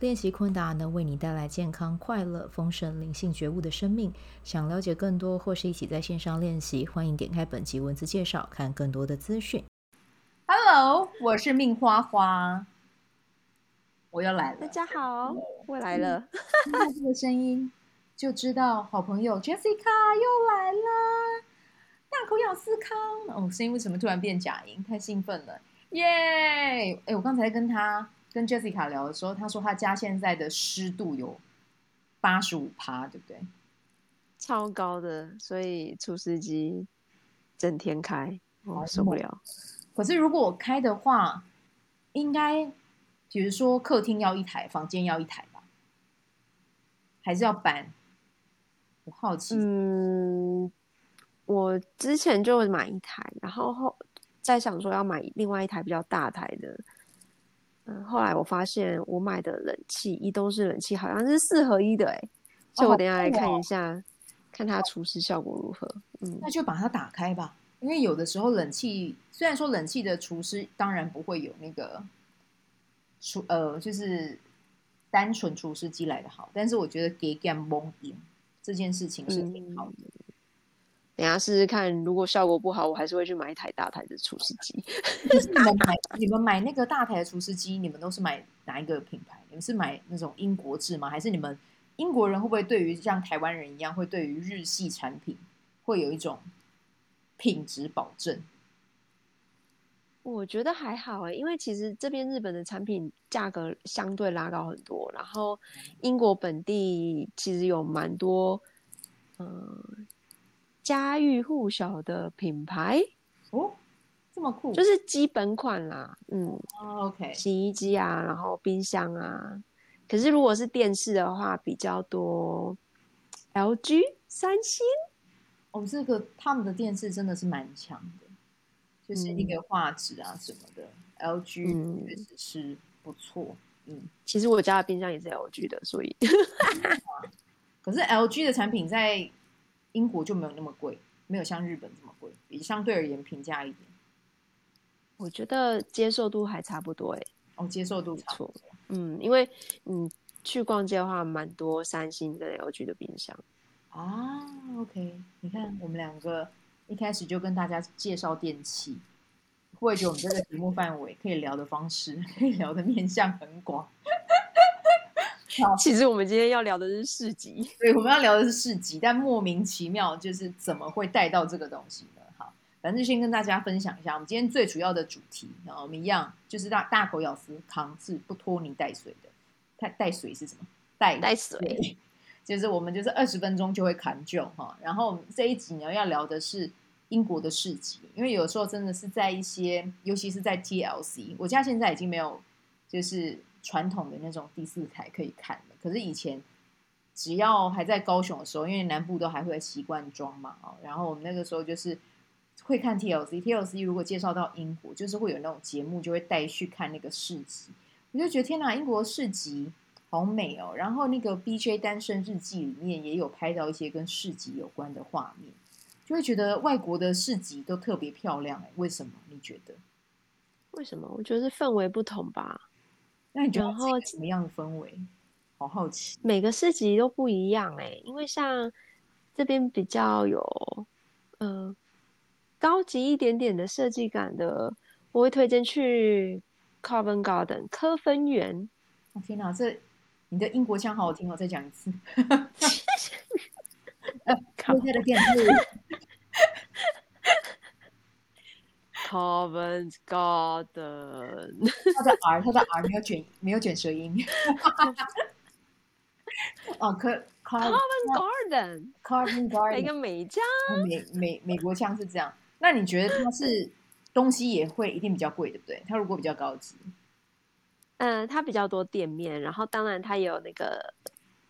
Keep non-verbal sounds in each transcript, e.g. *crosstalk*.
练习昆达能为你带来健康、快乐、丰盛、灵性觉悟的生命。想了解更多或是一起在线上练习，欢迎点开本集文字介绍，看更多的资讯。 Hello，我是命花花，我又来了。大家好，我来了。 *laughs* 听到这个声音，就知道好朋友 Jessica 又来了。大口咬思康，哦，声音为什么突然变假音？太兴奋了，耶！哎，我刚才跟他跟 Jessica 聊的时候，他说他家现在的湿度有八十五趴，对不对？超高的，所以除湿机整天开，我受不了。可是如果我开的话，应该比如说客厅要一台，房间要一台吧，还是要搬？我好奇，嗯，我之前就买一台，然后后再想说要买另外一台比较大台的。嗯，后来我发现我买的冷气一都是冷气，好像是四合一的哎、所以我等一下来看一下，看它除湿效果如何。嗯，那就把它打开吧。因为有的时候冷气，虽然说冷气的除湿当然不会有那个除呃，就是单纯除湿机来的好，但是我觉得给 g a m 蒙赢这件事情是挺好的。等一下试试看，如果效果不好，我还是会去买一台大台的除湿机。可是你们买你们买那个大台的除湿机，你们都是买哪一个品牌？你们是买那种英国制吗？还是你们英国人会不会对于像台湾人一样，会对于日系产品会有一种品质保证？我觉得还好哎、因为其实这边日本的产品价格相对拉高很多，然后英国本地其实有蛮多，嗯、家喻户晓的品牌，哦，这么酷，就是基本款啦，嗯，哦 OK，洗衣机啊，然后冰箱啊。可是如果是电视的话，比较多 LG、三星，哦，这个他们的电视真的是蛮强的，就是那个画质啊什么的、l g 嗯确实是不错。嗯，其实我家的冰箱也是 LG 的，所以 *laughs* 可是 LG 的产品在英国就没有那么贵，没有像日本这么贵，比相对而言平价一点，我觉得接受度还差不多哎、哦，接受度不差不错多。嗯，因为你去逛街的话，蛮多三星跟 LG 的冰箱。啊，OK，你看我们两个一开始就跟大家介绍电器，会不会觉得我们这个节目范围可以聊的方式， *laughs* 可以聊的面向很广？其实我们今天要聊的是市集， *laughs* 对，我们要聊的是市集，但莫名其妙就是怎么会带到这个东西呢？好，反正就先跟大家分享一下，我们今天最主要的主题，然后我们一样就是大大口咬思康是不拖泥带水的，带带水是什么？带带水。对，就是我们就是二十分钟就会砍旧哈。然后这一集呢要聊的是英国的市集，因为有时候真的是在一些，尤其是在 TLC，我家现在已经没有就是传统的那种第四台可以看了，可是以前。只要还在高雄的时候，因为南部都还会习惯装嘛，哦，然后我们那个时候就是会看 TLC，TLC 如果介绍到英国，就是会有那种节目就会带去看那个市集，我就觉得天哪，英国市集好美哦！然后那个《BJ 单身日记》里面也有拍到一些跟市集有关的画面，就会觉得外国的市集都特别漂亮哎、为什么？你觉得？为什么？我觉得是氛围不同吧，那你觉得然后是一个什么样的氛围？好好奇每个市集都不一样哎、因为像这边比较有，呃，高级一点点的设计感的，我会推荐去 Covent Garden 科芬园。哦！天哪，这你的英国腔好好听哦！再讲一次，呃现在的电视 Covent Garden，它 *laughs* 的 R 它的 R 没有卷没有卷舌音，哦，可 Car Covent Garden， Carving Garden 一个美加。哦美美美国腔是这样。那你觉得它是东西也会一定比较贵，对不对？它如果比较高级，嗯，它比较多店面，然后当然它也有那个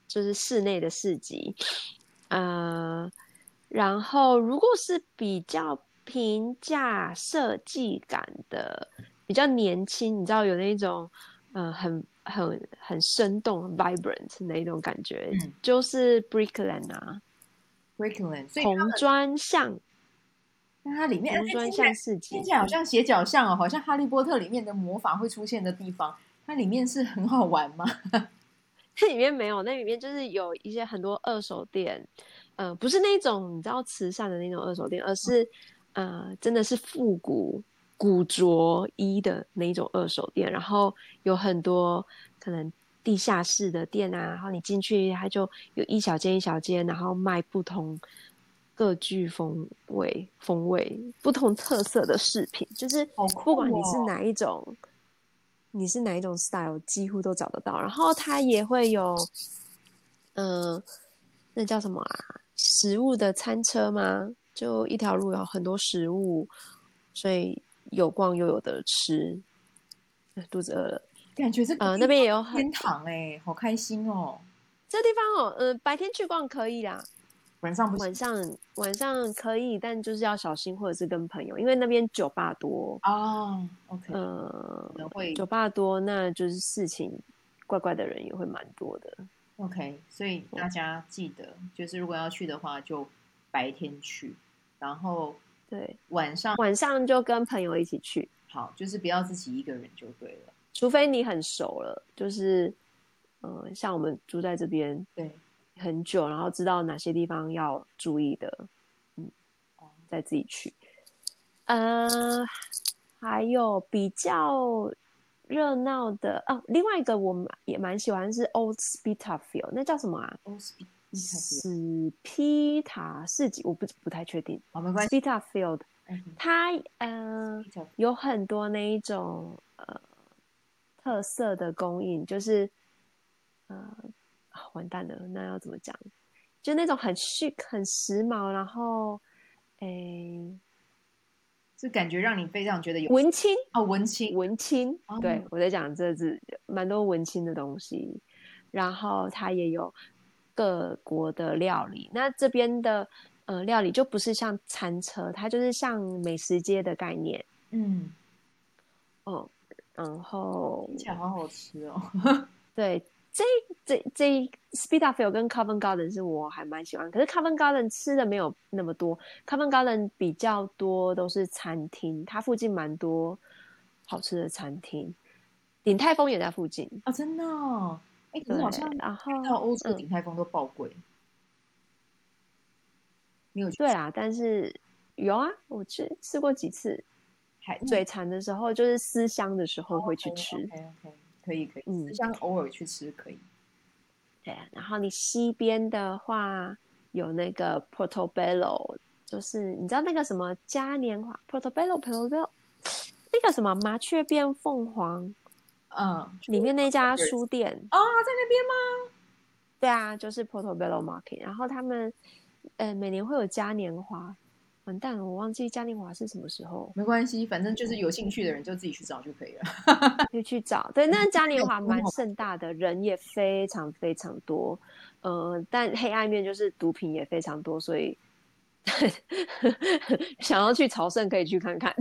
就是室内的市集，呃，然后如果是比较平价设计感的，比较年轻，你知道有那种，呃，很很很生动、很 vibrant 那一种感觉，嗯就是 Brickland 啊， Brickland，所以红它砖巷，那它里面红哎砖听起来巷市集听，起来好像斜角巷哦，好像哈利波特里面的魔法会出现的地方，它里面是很好玩吗？ *laughs* *laughs* 那里面没有，那里面就是有一些很多二手店，呃，不是那种你知道慈善的那种二手店，而嗯是呃，真的是复古古着衣的那一种二手店，然后有很多可能地下室的店啊，然后你进去它就有一小间一小间，然后卖不同各具风味、风味不同特色的饰品，就是好酷不管你是哦哪一种。你是哪一种 style，几乎都找得到。然后它也会有，嗯、那叫什么啊？食物的餐车吗？就一条路有很多食物，所以有逛又有的吃。哎肚子饿了。感觉这个呃，地那边方也有很天堂哎，好开心哦。这地方哦，呃，白天去逛可以啦，晚上不行晚上晚上可以，但就是要小心，或者是跟朋友，因为那边酒吧多，哦，OK，呃可，能会酒吧多，那就是事情怪怪的人也会蛮多的。 OK，所以大家记得，就是如果要去的话，就白天去，然后对，晚上晚上就跟朋友一起去，好，就是不要自己一个人就对了。除非你很熟了，就是，呃，像我们住在这边对，很久，然后知道哪些地方要注意的，嗯，再自己去。呃，还有比较热闹的哦，另外一个我蛮也蛮喜欢是 Old Spitafield，那叫什么啊？哦，是一开始史皮塔市集，我不不太确定。好，没关系。 Spitafield，嗯它嗯、呃有很多那一种呃特色的供应，就是呃、啊完蛋了，那要怎么讲？就那种很 chic、很时髦，然后诶是感觉让你非常觉得有文青，啊文青文青哦，对我在讲这字，蛮多文青的东西。然后它也有各国的料理，那这边的呃料理就不是像餐车，它就是像美食街的概念。嗯，哦，然后听起来好好吃哦。 *laughs* 对这这这 Speedfield 跟 Covent Garden 是我还蛮喜欢，可是 Covent Garden 吃的没有那么多，Covent Garden 比较多都是餐厅，它附近蛮多好吃的餐厅，鼎泰丰也在附近，啊，真的哦，哎，可对是好像，然后到欧洲嗯鼎泰丰都爆贵。你有去对啊，但是有啊，我吃吃过几次，海嗯嘴馋的时候就是思乡的时候会去吃， OK OK，可以可以，嗯嗯，像偶尔去吃可以。对啊，然后你西边的话有那个 Portobello，就是你知道那个什么嘉年华 Portobello，Portobello 那个什么麻雀变凤凰嗯，里面那家 Portobello 书店，啊，在那边吗？对啊，就是 Portobello Market，然后他们呃每年会有嘉年华，完蛋了，我忘记嘉年华是什么时候，没关系，反正就是有兴趣的人就自己去找就可以了。 *laughs* 可以去找。对，那嘉年华有蛮空哦盛大的，人也非常非常多。呃，但黑暗面就是毒品也非常多，所以 *laughs* 想要去朝圣可以去看看。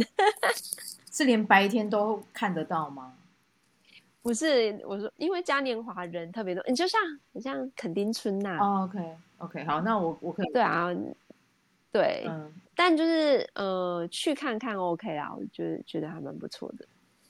是连白天都看得到吗？不是，我说，因为嘉年华人特别多，你就像很像垦丁村呐、哦，OK OK，好，那我我可以，嗯对啊，对，嗯，但就是呃，去看看 OK 啦，我觉得觉得还蛮不错的。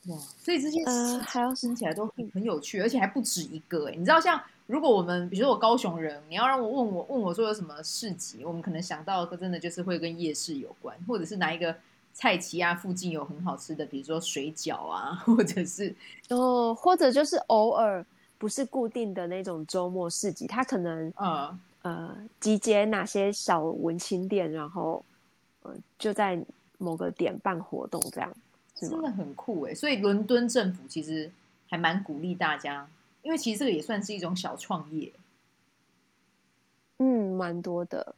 哇，所以这些呃，还有听起来都很很有趣，而且还不止一个哎、你知道，像如果我们，比如说我高雄人，你要让我问我问我说有什么市集，我们可能想到的真的就是会跟夜市有关，或者是哪一个菜奇啊附近有很好吃的，比如说水饺啊， *laughs* 或者是哦，或者就是偶尔不是固定的那种周末市集，它可能呃，呃集结哪些小文青店，然后呃就在某个点办活动这样。是吗真的很酷哎、所以伦敦政府其实还蛮鼓励大家，因为其实这个也算是一种小创业。嗯，蛮多的。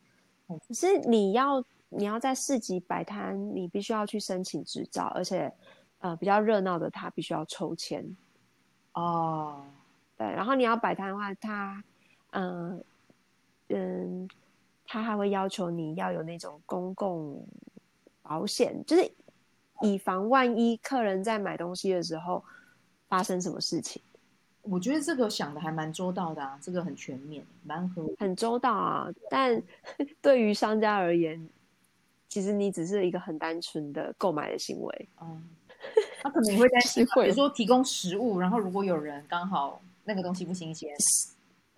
嗯可是你要你要在市集摆摊，你必须要去申请执照，而且呃比较热闹的它必须要抽签。哦，呃对，然后你要摆摊的话，它嗯嗯他还会要求你要有那种公共保险，就是以防万一客人在买东西的时候发生什么事情，我觉得这个想的还蛮周到的啊，这个很全面，蛮合很周到啊。但 *laughs* 对于商家而言，其实你只是一个很单纯的购买的行为。嗯，他可能也会担心是会吧，比如说提供食物，然后如果有人刚好那个东西不新鲜，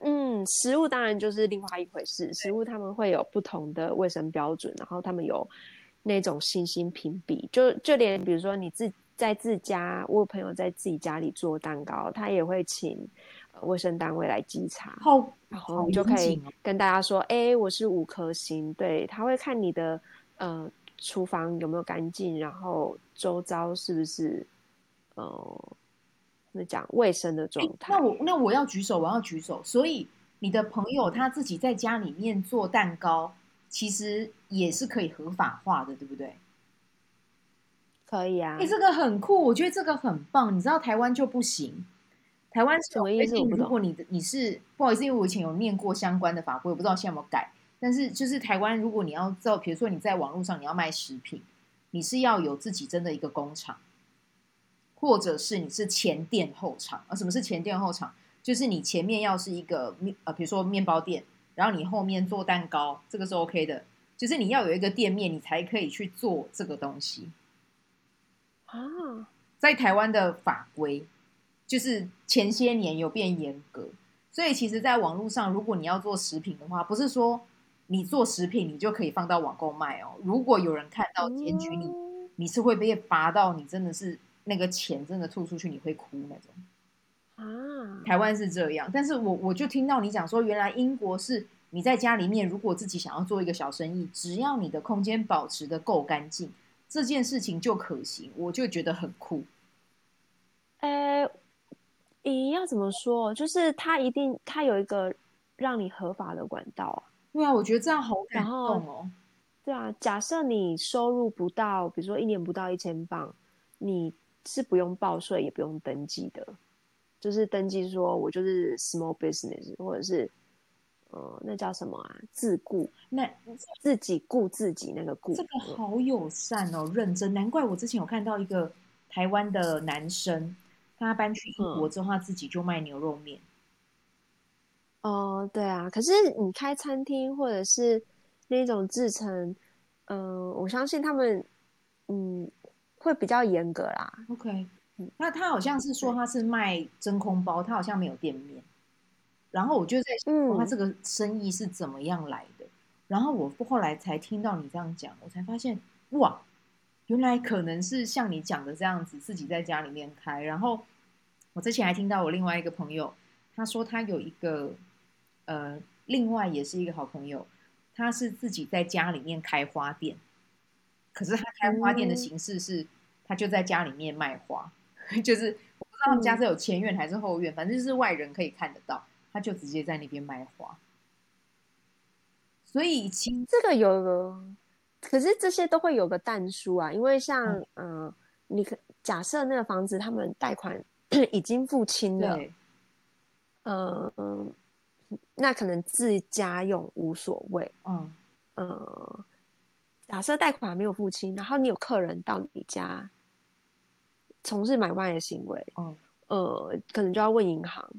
嗯，食物当然就是另外一回事。食物他们会有不同的卫生标准，然后他们有那种信心评比，就就连比如说你自在自家，我有朋友在自己家里做蛋糕，他也会请呃卫生单位来稽查，好，然哦好后你就严可以谨哦跟大家说，哎、我是五颗星，对，他会看你的呃厨房有没有干净，然后周遭是不是呃怎么讲卫生的状诶态。那我那我要举手，我要举手。所以你的朋友他自己在家里面做蛋糕，其实也是可以合法化的，对不对？可以啊哎、，这个很酷，我觉得这个很棒。你知道台湾就不行，台湾是什么有规意思我定不如懂果你的你是不好意思，因为我以前有念过相关的法规，我不知道现在有没有改。但是就是台湾，如果你要造，比如说你在网络上你要卖食品，你是要有自己真的一个工厂，或者是你是前店后厂。啊，什么是前店后厂？就是你前面要是一个面呃，比如说面包店，然后你后面做蛋糕，这个是 OK 的。就是你要有一个店面，你才可以去做这个东西。啊。在台湾的法规，就是前些年有变严格，所以其实，在网络上，如果你要做食品的话，不是说你做食品你就可以放到网购卖哦。如果有人看到检举你，嗯你是会被罚到，你真的是那个钱真的吐出去，你会哭那种。啊，台湾是这样，但是我我就听到你讲说，原来英国是你在家里面，如果自己想要做一个小生意，只要你的空间保持的够干净，这件事情就可行，我就觉得很酷。呃，你要怎么说？就是它一定它有一个让你合法的管道啊。对啊，我觉得这样好感然动后哦。对啊，假设你收入不到，比如说一年不到一千磅，你是不用报税也不用登记的，就是登记说我就是 small business 或者是呃那叫什么啊自雇，那自己雇自己那个雇。这个好友善哦，认真，难怪我之前有看到一个台湾的男生，他搬去英嗯国之后，他自己就卖牛肉面。哦，对啊，可是你开餐厅或者是那种制成，嗯、我相信他们，嗯，会比较严格啦。 OK，那嗯他好像是说他是卖真空包，他好像没有店面。然后我就在想说，嗯他这个生意是怎么样来的？然后我后来才听到你这样讲，我才发现哇，原来可能是像你讲的这样子，自己在家里面开。然后我之前还听到我另外一个朋友，他说他有一个呃，另外也是一个好朋友，他是自己在家里面开花店，可是他开花店的嗯形式是，他就在家里面卖花， *laughs* 就是我不知道他们家是有前院还是后院，反正就是外人可以看得到，他就直接在那边卖花。所以其实这个有个，可是这些都会有个淡书啊，因为像，嗯、你可假设那个房子他们贷款 *coughs* 已经付清了，对嗯、嗯，那可能自家用无所谓，嗯，呃，假设贷款还没有付清，然后你有客人到你家从事买卖的行为，哦，呃，可能就要问银行。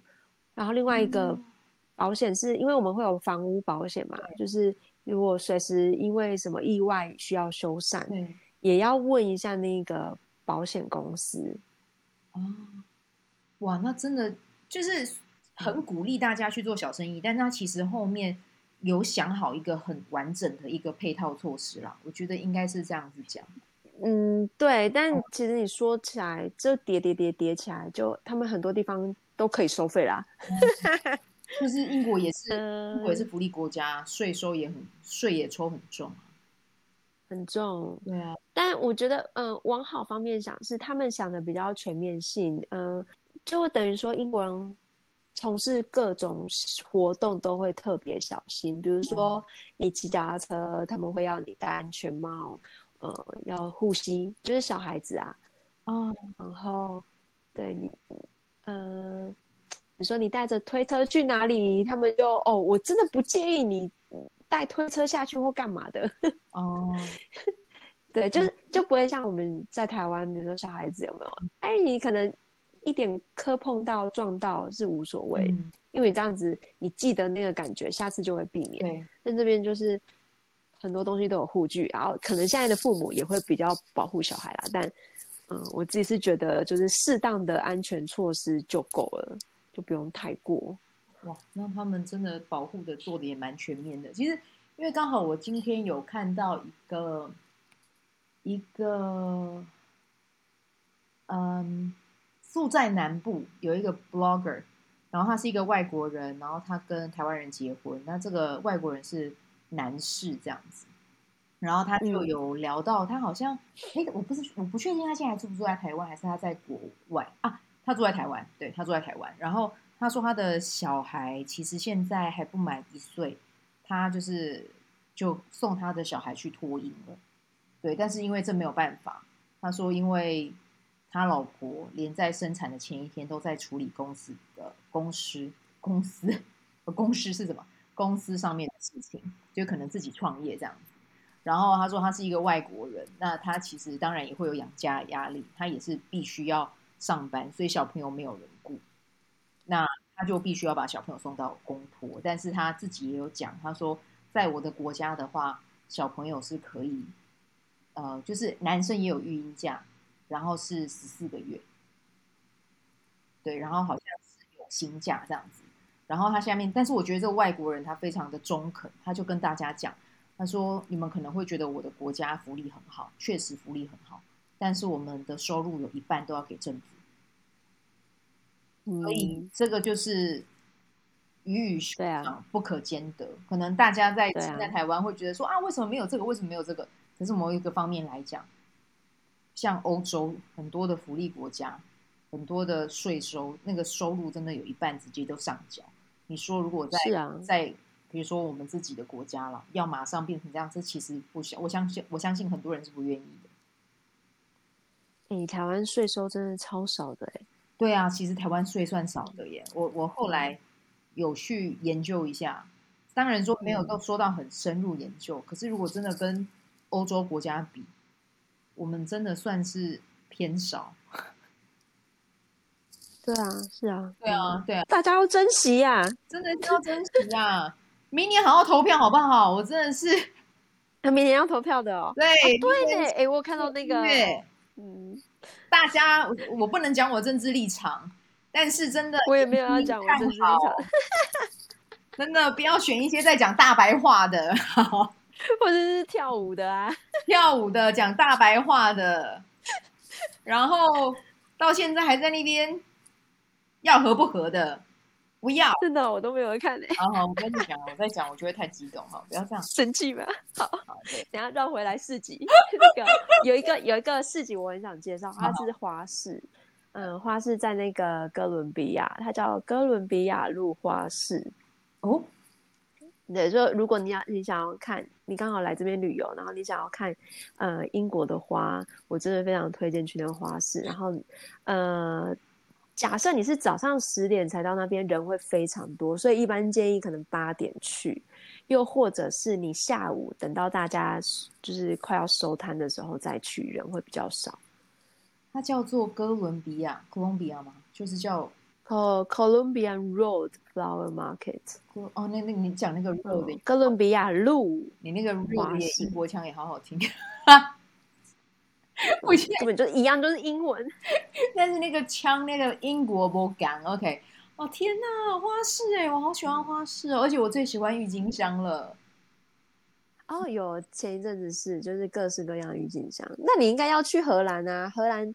然后另外一个嗯保险是因为我们会有房屋保险嘛，就是如果随时因为什么意外需要修缮，对也要问一下那个保险公司。啊、哦，哇，那真的就是很鼓励大家去做小生意，但他其实后面有想好一个很完整的一个配套措施啦，我觉得应该是这样子讲。嗯，对。但哦其实你说起来，这叠叠叠叠起来，就他们很多地方都可以收费啦。就是英国也 *laughs* 是，英国也嗯是，福利国家，税收也很，税也抽很重啊。很重。对啊，但我觉得，嗯、往好方面想，是他们想的比较全面性，嗯、就等于说英国人从事各种活动都会特别小心，比如说你骑脚踏车，他们会要你戴安全帽，呃，要护膝，就是小孩子啊，啊，然后对你，呃，你说你带着推车去哪里，他们就哦，我真的不介意你带推车下去或干嘛的。哦，对，就是就不会像我们在台湾，比如说小孩子有没有？哎，你可能一点磕碰到、撞到是无所谓，嗯因为你这样子你记得那个感觉，下次就会避免。对，但这边就是很多东西都有护具，然后可能现在的父母也会比较保护小孩啦。但嗯，我自己是觉得就是适当的安全措施就够了，就不用太过。哇，那他们真的保护的做的也蛮全面的。其实，因为刚好我今天有看到一个一个，嗯，住在南部有一个 blogger，然后他是一个外国人，然后他跟台湾人结婚，那这个外国人是男士这样子，然后他就嗯有聊到他好像，哎、我不是我不确定他现在住不住在台湾，还是他在国外啊？他住在台湾，对他住在台湾。然后他说他的小孩其实现在还不满一岁，他就是就送他的小孩去托婴了，对，但是因为这没有办法，他说因为他老婆连在生产的前一天都在处理公司的公司公司 *laughs* 公司是什么公司上面的事情，就可能自己创业这样子。然后他说他是一个外国人，那他其实当然也会有养家压力，他也是必须要上班，所以小朋友没有人顾，那他就必须要把小朋友送到公托。但是他自己也有讲，他说在我的国家的话，小朋友是可以，呃，就是男生也有育婴假，然后是十四个月，对，然后好像是有薪假这样子。然后他下面，但是我觉得这个外国人他非常的中肯，他就跟大家讲，他说你们可能会觉得我的国家福利很好，确实福利很好，但是我们的收入有一半都要给政府，所以嗯，这个就是鱼与熊对啊掌不可兼得。可能大家在对啊现在台湾会觉得说啊，为什么没有这个？为什么没有这个？可是某一个方面来讲，像欧洲很多的福利国家，很多的税收，那个收入真的有一半直接都上缴。你说如果在是啊在比如说我们自己的国家了，要马上变成这样，这其实不想，我相信我相信很多人是不愿意的。哎、台湾税收真的超少的哎、对啊，其实台湾税算少的耶。我我后来有去研究一下，当然说没有到说到很深入研究，可是如果真的跟欧洲国家比，我们真的算是偏少。对啊，是啊，对啊，对啊，大家要珍惜啊呀、真的是要珍惜啊！明年好好投票好不好？我真的是那明年要投票的哦。对对呢，哎、我有看到那个，对嗯，大家，我我不能讲我政治立场，但是真的我也没有要讲我政治立场，真的不要选一些在讲大白话的。或者是跳舞的啊，跳舞的，讲大白话的，然后到现在还在那边要合不合的，不要。真的我都没有看哎、好好，我跟你讲，我在讲，我就会太激动哈，不要这样。生气吧？好，对，等一下绕回来市集，那个有一个有一个市集我很想介绍，它是花市，嗯，花市在那个哥伦比亚，它叫哥伦比亚路花市。哦，对，就如果你要你想要看，你刚好来这边旅游，然后你想要看，呃，英国的花，我真的非常推荐去那个花市。然后，呃，假设你是早上十点才到那边，人会非常多，所以一般建议可能八点去，又或者是你下午等到大家就是快要收摊的时候再去，人会比较少。它叫做哥伦比亚 （Colombia） 吗？就是叫哦，Colombian Road Flower Market，哥哦，那那你讲那个 road，的、嗯哥伦比亚路，你那个 road 哇也是英国腔也好好听。我现根本就一样，都是英文。但是那个枪，那个英国波港，OK。哦天呐，花市哎，我好喜欢花市哦，而且我最喜欢郁金香了。哦，有前一阵子是就是各式各样的郁金香，那你应该要去荷兰啊，荷兰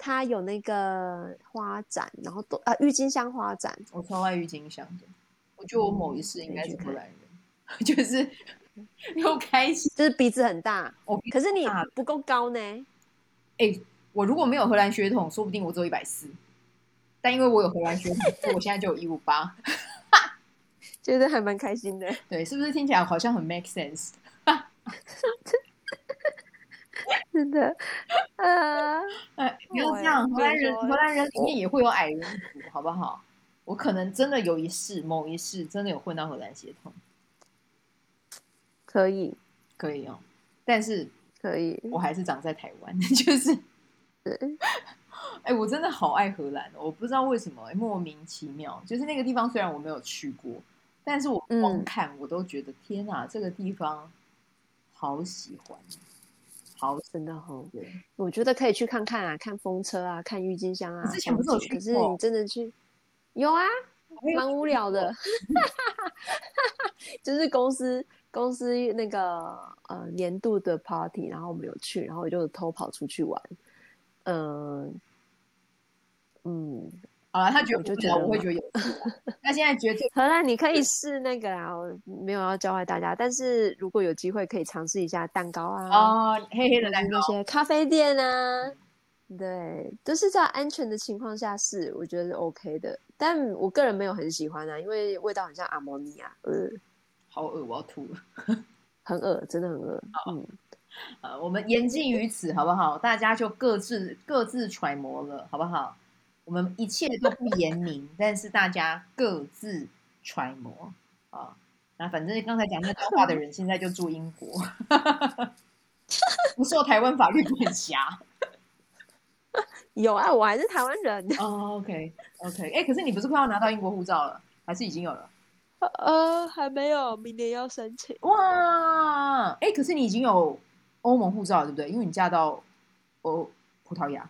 它有那个花展，然后都啊郁金香花展，我超爱郁金香的，我觉得我某一次应该是荷兰人， *laughs* 就是又开始就是鼻子很大，我可是你大不够高呢。哎、我如果没有荷兰血统，说不定我只有一百四，但因为我有荷兰血统，所以我现在就有一五八。觉得还蛮开心的， *laughs* 对，是不是听起来好像很 make sense？真的，呃，哎，不要对这样，荷兰人，所以说荷兰人里面也会有矮人族，好不好？我可能真的有一世，某一世真的有混到荷兰血统。可以，可以哦。但是可以，我还是长在台湾， *laughs* 就是，哎、我真的好爱荷兰哦，我不知道为什么、哎莫名其妙，就是那个地方虽然我没有去过，但是我光嗯看我都觉得、天哪，这个地方好喜欢，好喜真的哦好。欢。我觉得可以去看看啊，看风车啊，看郁金香啊。之前不是有风去景可是过你真的去，有啊，没有蛮无聊的， *laughs* 就是公司公司那个呃年度的 party，然后我们有去，然后我就偷跑出去玩，嗯、嗯，好了，他觉得我就无觉聊得我会嘛觉得有趣啦。那现在觉 *laughs* 得荷兰你可以试那个啦，我没有要教坏大家，但是如果有机会可以尝试一下蛋糕啊，啊、黑黑或的是蛋糕那，些咖啡店啊，对，都是在安全的情况下试，我觉得是 OK 的。但我个人没有很喜欢啊，因为味道很像阿摩尼亚，呃，好恶，我要吐了。很恶，真的很恶。嗯，呃，我们言尽于此，好不好？大家就各自各自揣摩了，好不好？我们一切都不言明，但是大家各自揣摩啊。那反正刚才讲那段话的人，现在就住英国， *laughs* 不受台湾法律管辖。有啊，我还是台湾人。 *laughs* 哦，OK，OK、o k OK，哎、可是你不是快要拿到英国护照了，还是已经有了？呃，还没有，明年要申请。哇，哎、可是你已经有欧盟护照了对不对？因为你嫁到欧葡萄牙。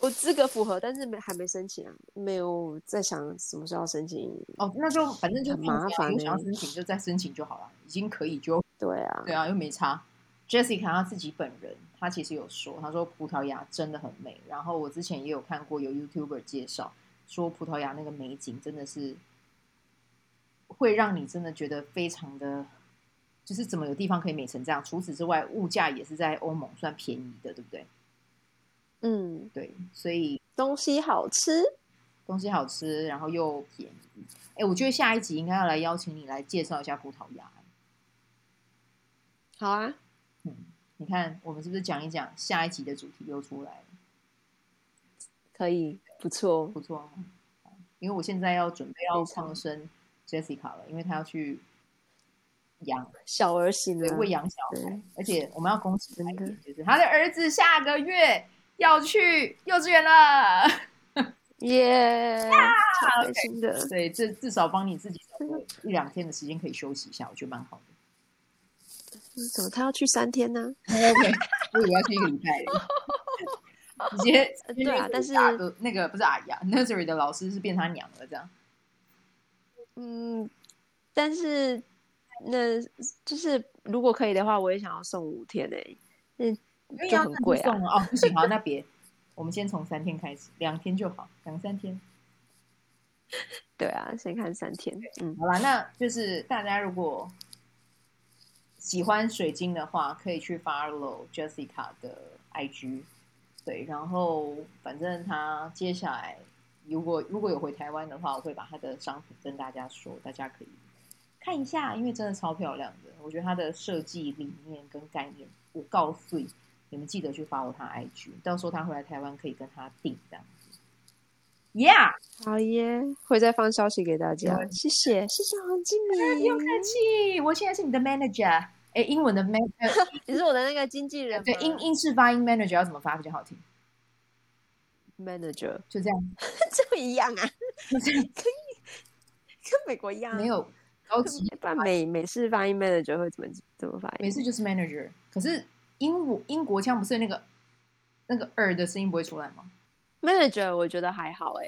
我资格符合，但是没还没申请啊，没有在想什么时候要申请。哦，那就反正就很定这麻样烦有想要欸申请就再申请就好了，已经可以就对啊，对啊，又没差。Jessica 她自己本人，她其实有说，她说葡萄牙真的很美。然后我之前也有看过有 YouTuber 介绍说，葡萄牙那个美景真的是会让你真的觉得非常的，就是怎么有地方可以美成这样。除此之外，物价也是在欧盟算便宜的，对不对？嗯，对，所以东西好吃，东西好吃，然后又便宜。哎，我觉得下一集应该要来邀请你来介绍一下葡萄牙。好啊，嗯，你看我们是不是讲一讲下一集的主题又出来了？可以，不错哦。不错哦，因为我现在要准备要非常放生 Jessica 了，因为她要去养，小啊儿型对的，，喂养小孩嗯对，而且我们要恭喜她一真的点，就是她的儿子下个月要去幼稚园了， *laughs* 耶， *laughs* 超开心的。对，这至少帮你自己找个一两天的时间可以休息一下，我觉得蛮好的。怎么他要去三天呢？ OK，我 *laughs* 以为要去一个礼拜了。 *laughs* 直接直接对啊那个但是大的那个不是阿雅 nursery 的老师是变他娘了，这样嗯，但是那就是如果可以的话，我也想要送五天诶、嗯，因为就要很贵啊送。啊！哦，不行，好，那别，我们先从三天开始，两天就好，两三天。对啊，先看三天。嗯，好啦，那就是大家如果喜欢水晶的话，可以去 follow Jessica 的 IG，对，然后反正她接下来如果如果有回台湾的话，我会把她的商品跟大家说，大家可以看一下，因为真的超漂亮的，我觉得她的设计理念跟概念，我告诉你，你们记得去 follow 她 IG，到时候她回来台湾可以跟她订这样子。Yeah，好耶，会再放消息给大家没。问谢谢，啊谢谢黄经不用客理，气，我现在是你的 manager。哎，英文的 man，呃你是我的那个经纪人吗，对英英式发音 manager 要怎么发比较好听？ manager， *laughs* 就这样，这不一样啊，就这样，跟美国一样啊。没有高级，不然美美式发音 manager 会怎么怎么发每音？次就是 manager。可是英国英国腔不是那个那个二的声音不会出来吗？ manager 我觉得还好哎、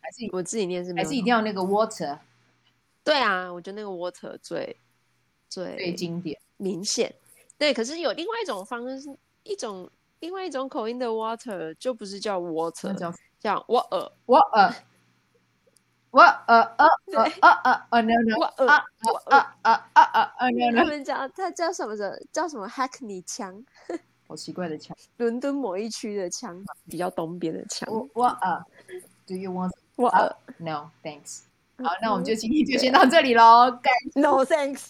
还是我自己念是没还有是一定要那个 water 对啊，我觉得那个 water 最最最经典？明显。对，可是有另外一种方式，一种另外一种口音的 water 就不是叫那 water，叫叫 water 我呃我呃呃呃呃呃呃 no no water 啊 water。啊啊啊啊啊 no 他 no，们叫它叫什么的？叫什么 Hackney 腔？好奇怪的腔。伦敦某一区的腔，比较东边的腔。我我呃，Do you want 我 no thanks？好，那我们就今天就先到这里喽，感 No thanks。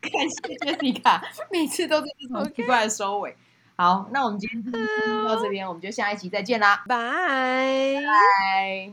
感谢 Jessica，每 *laughs* 次都是这种奇怪的收尾。好，那我们今天就先到这边，我们就下一集再见啦，拜。拜。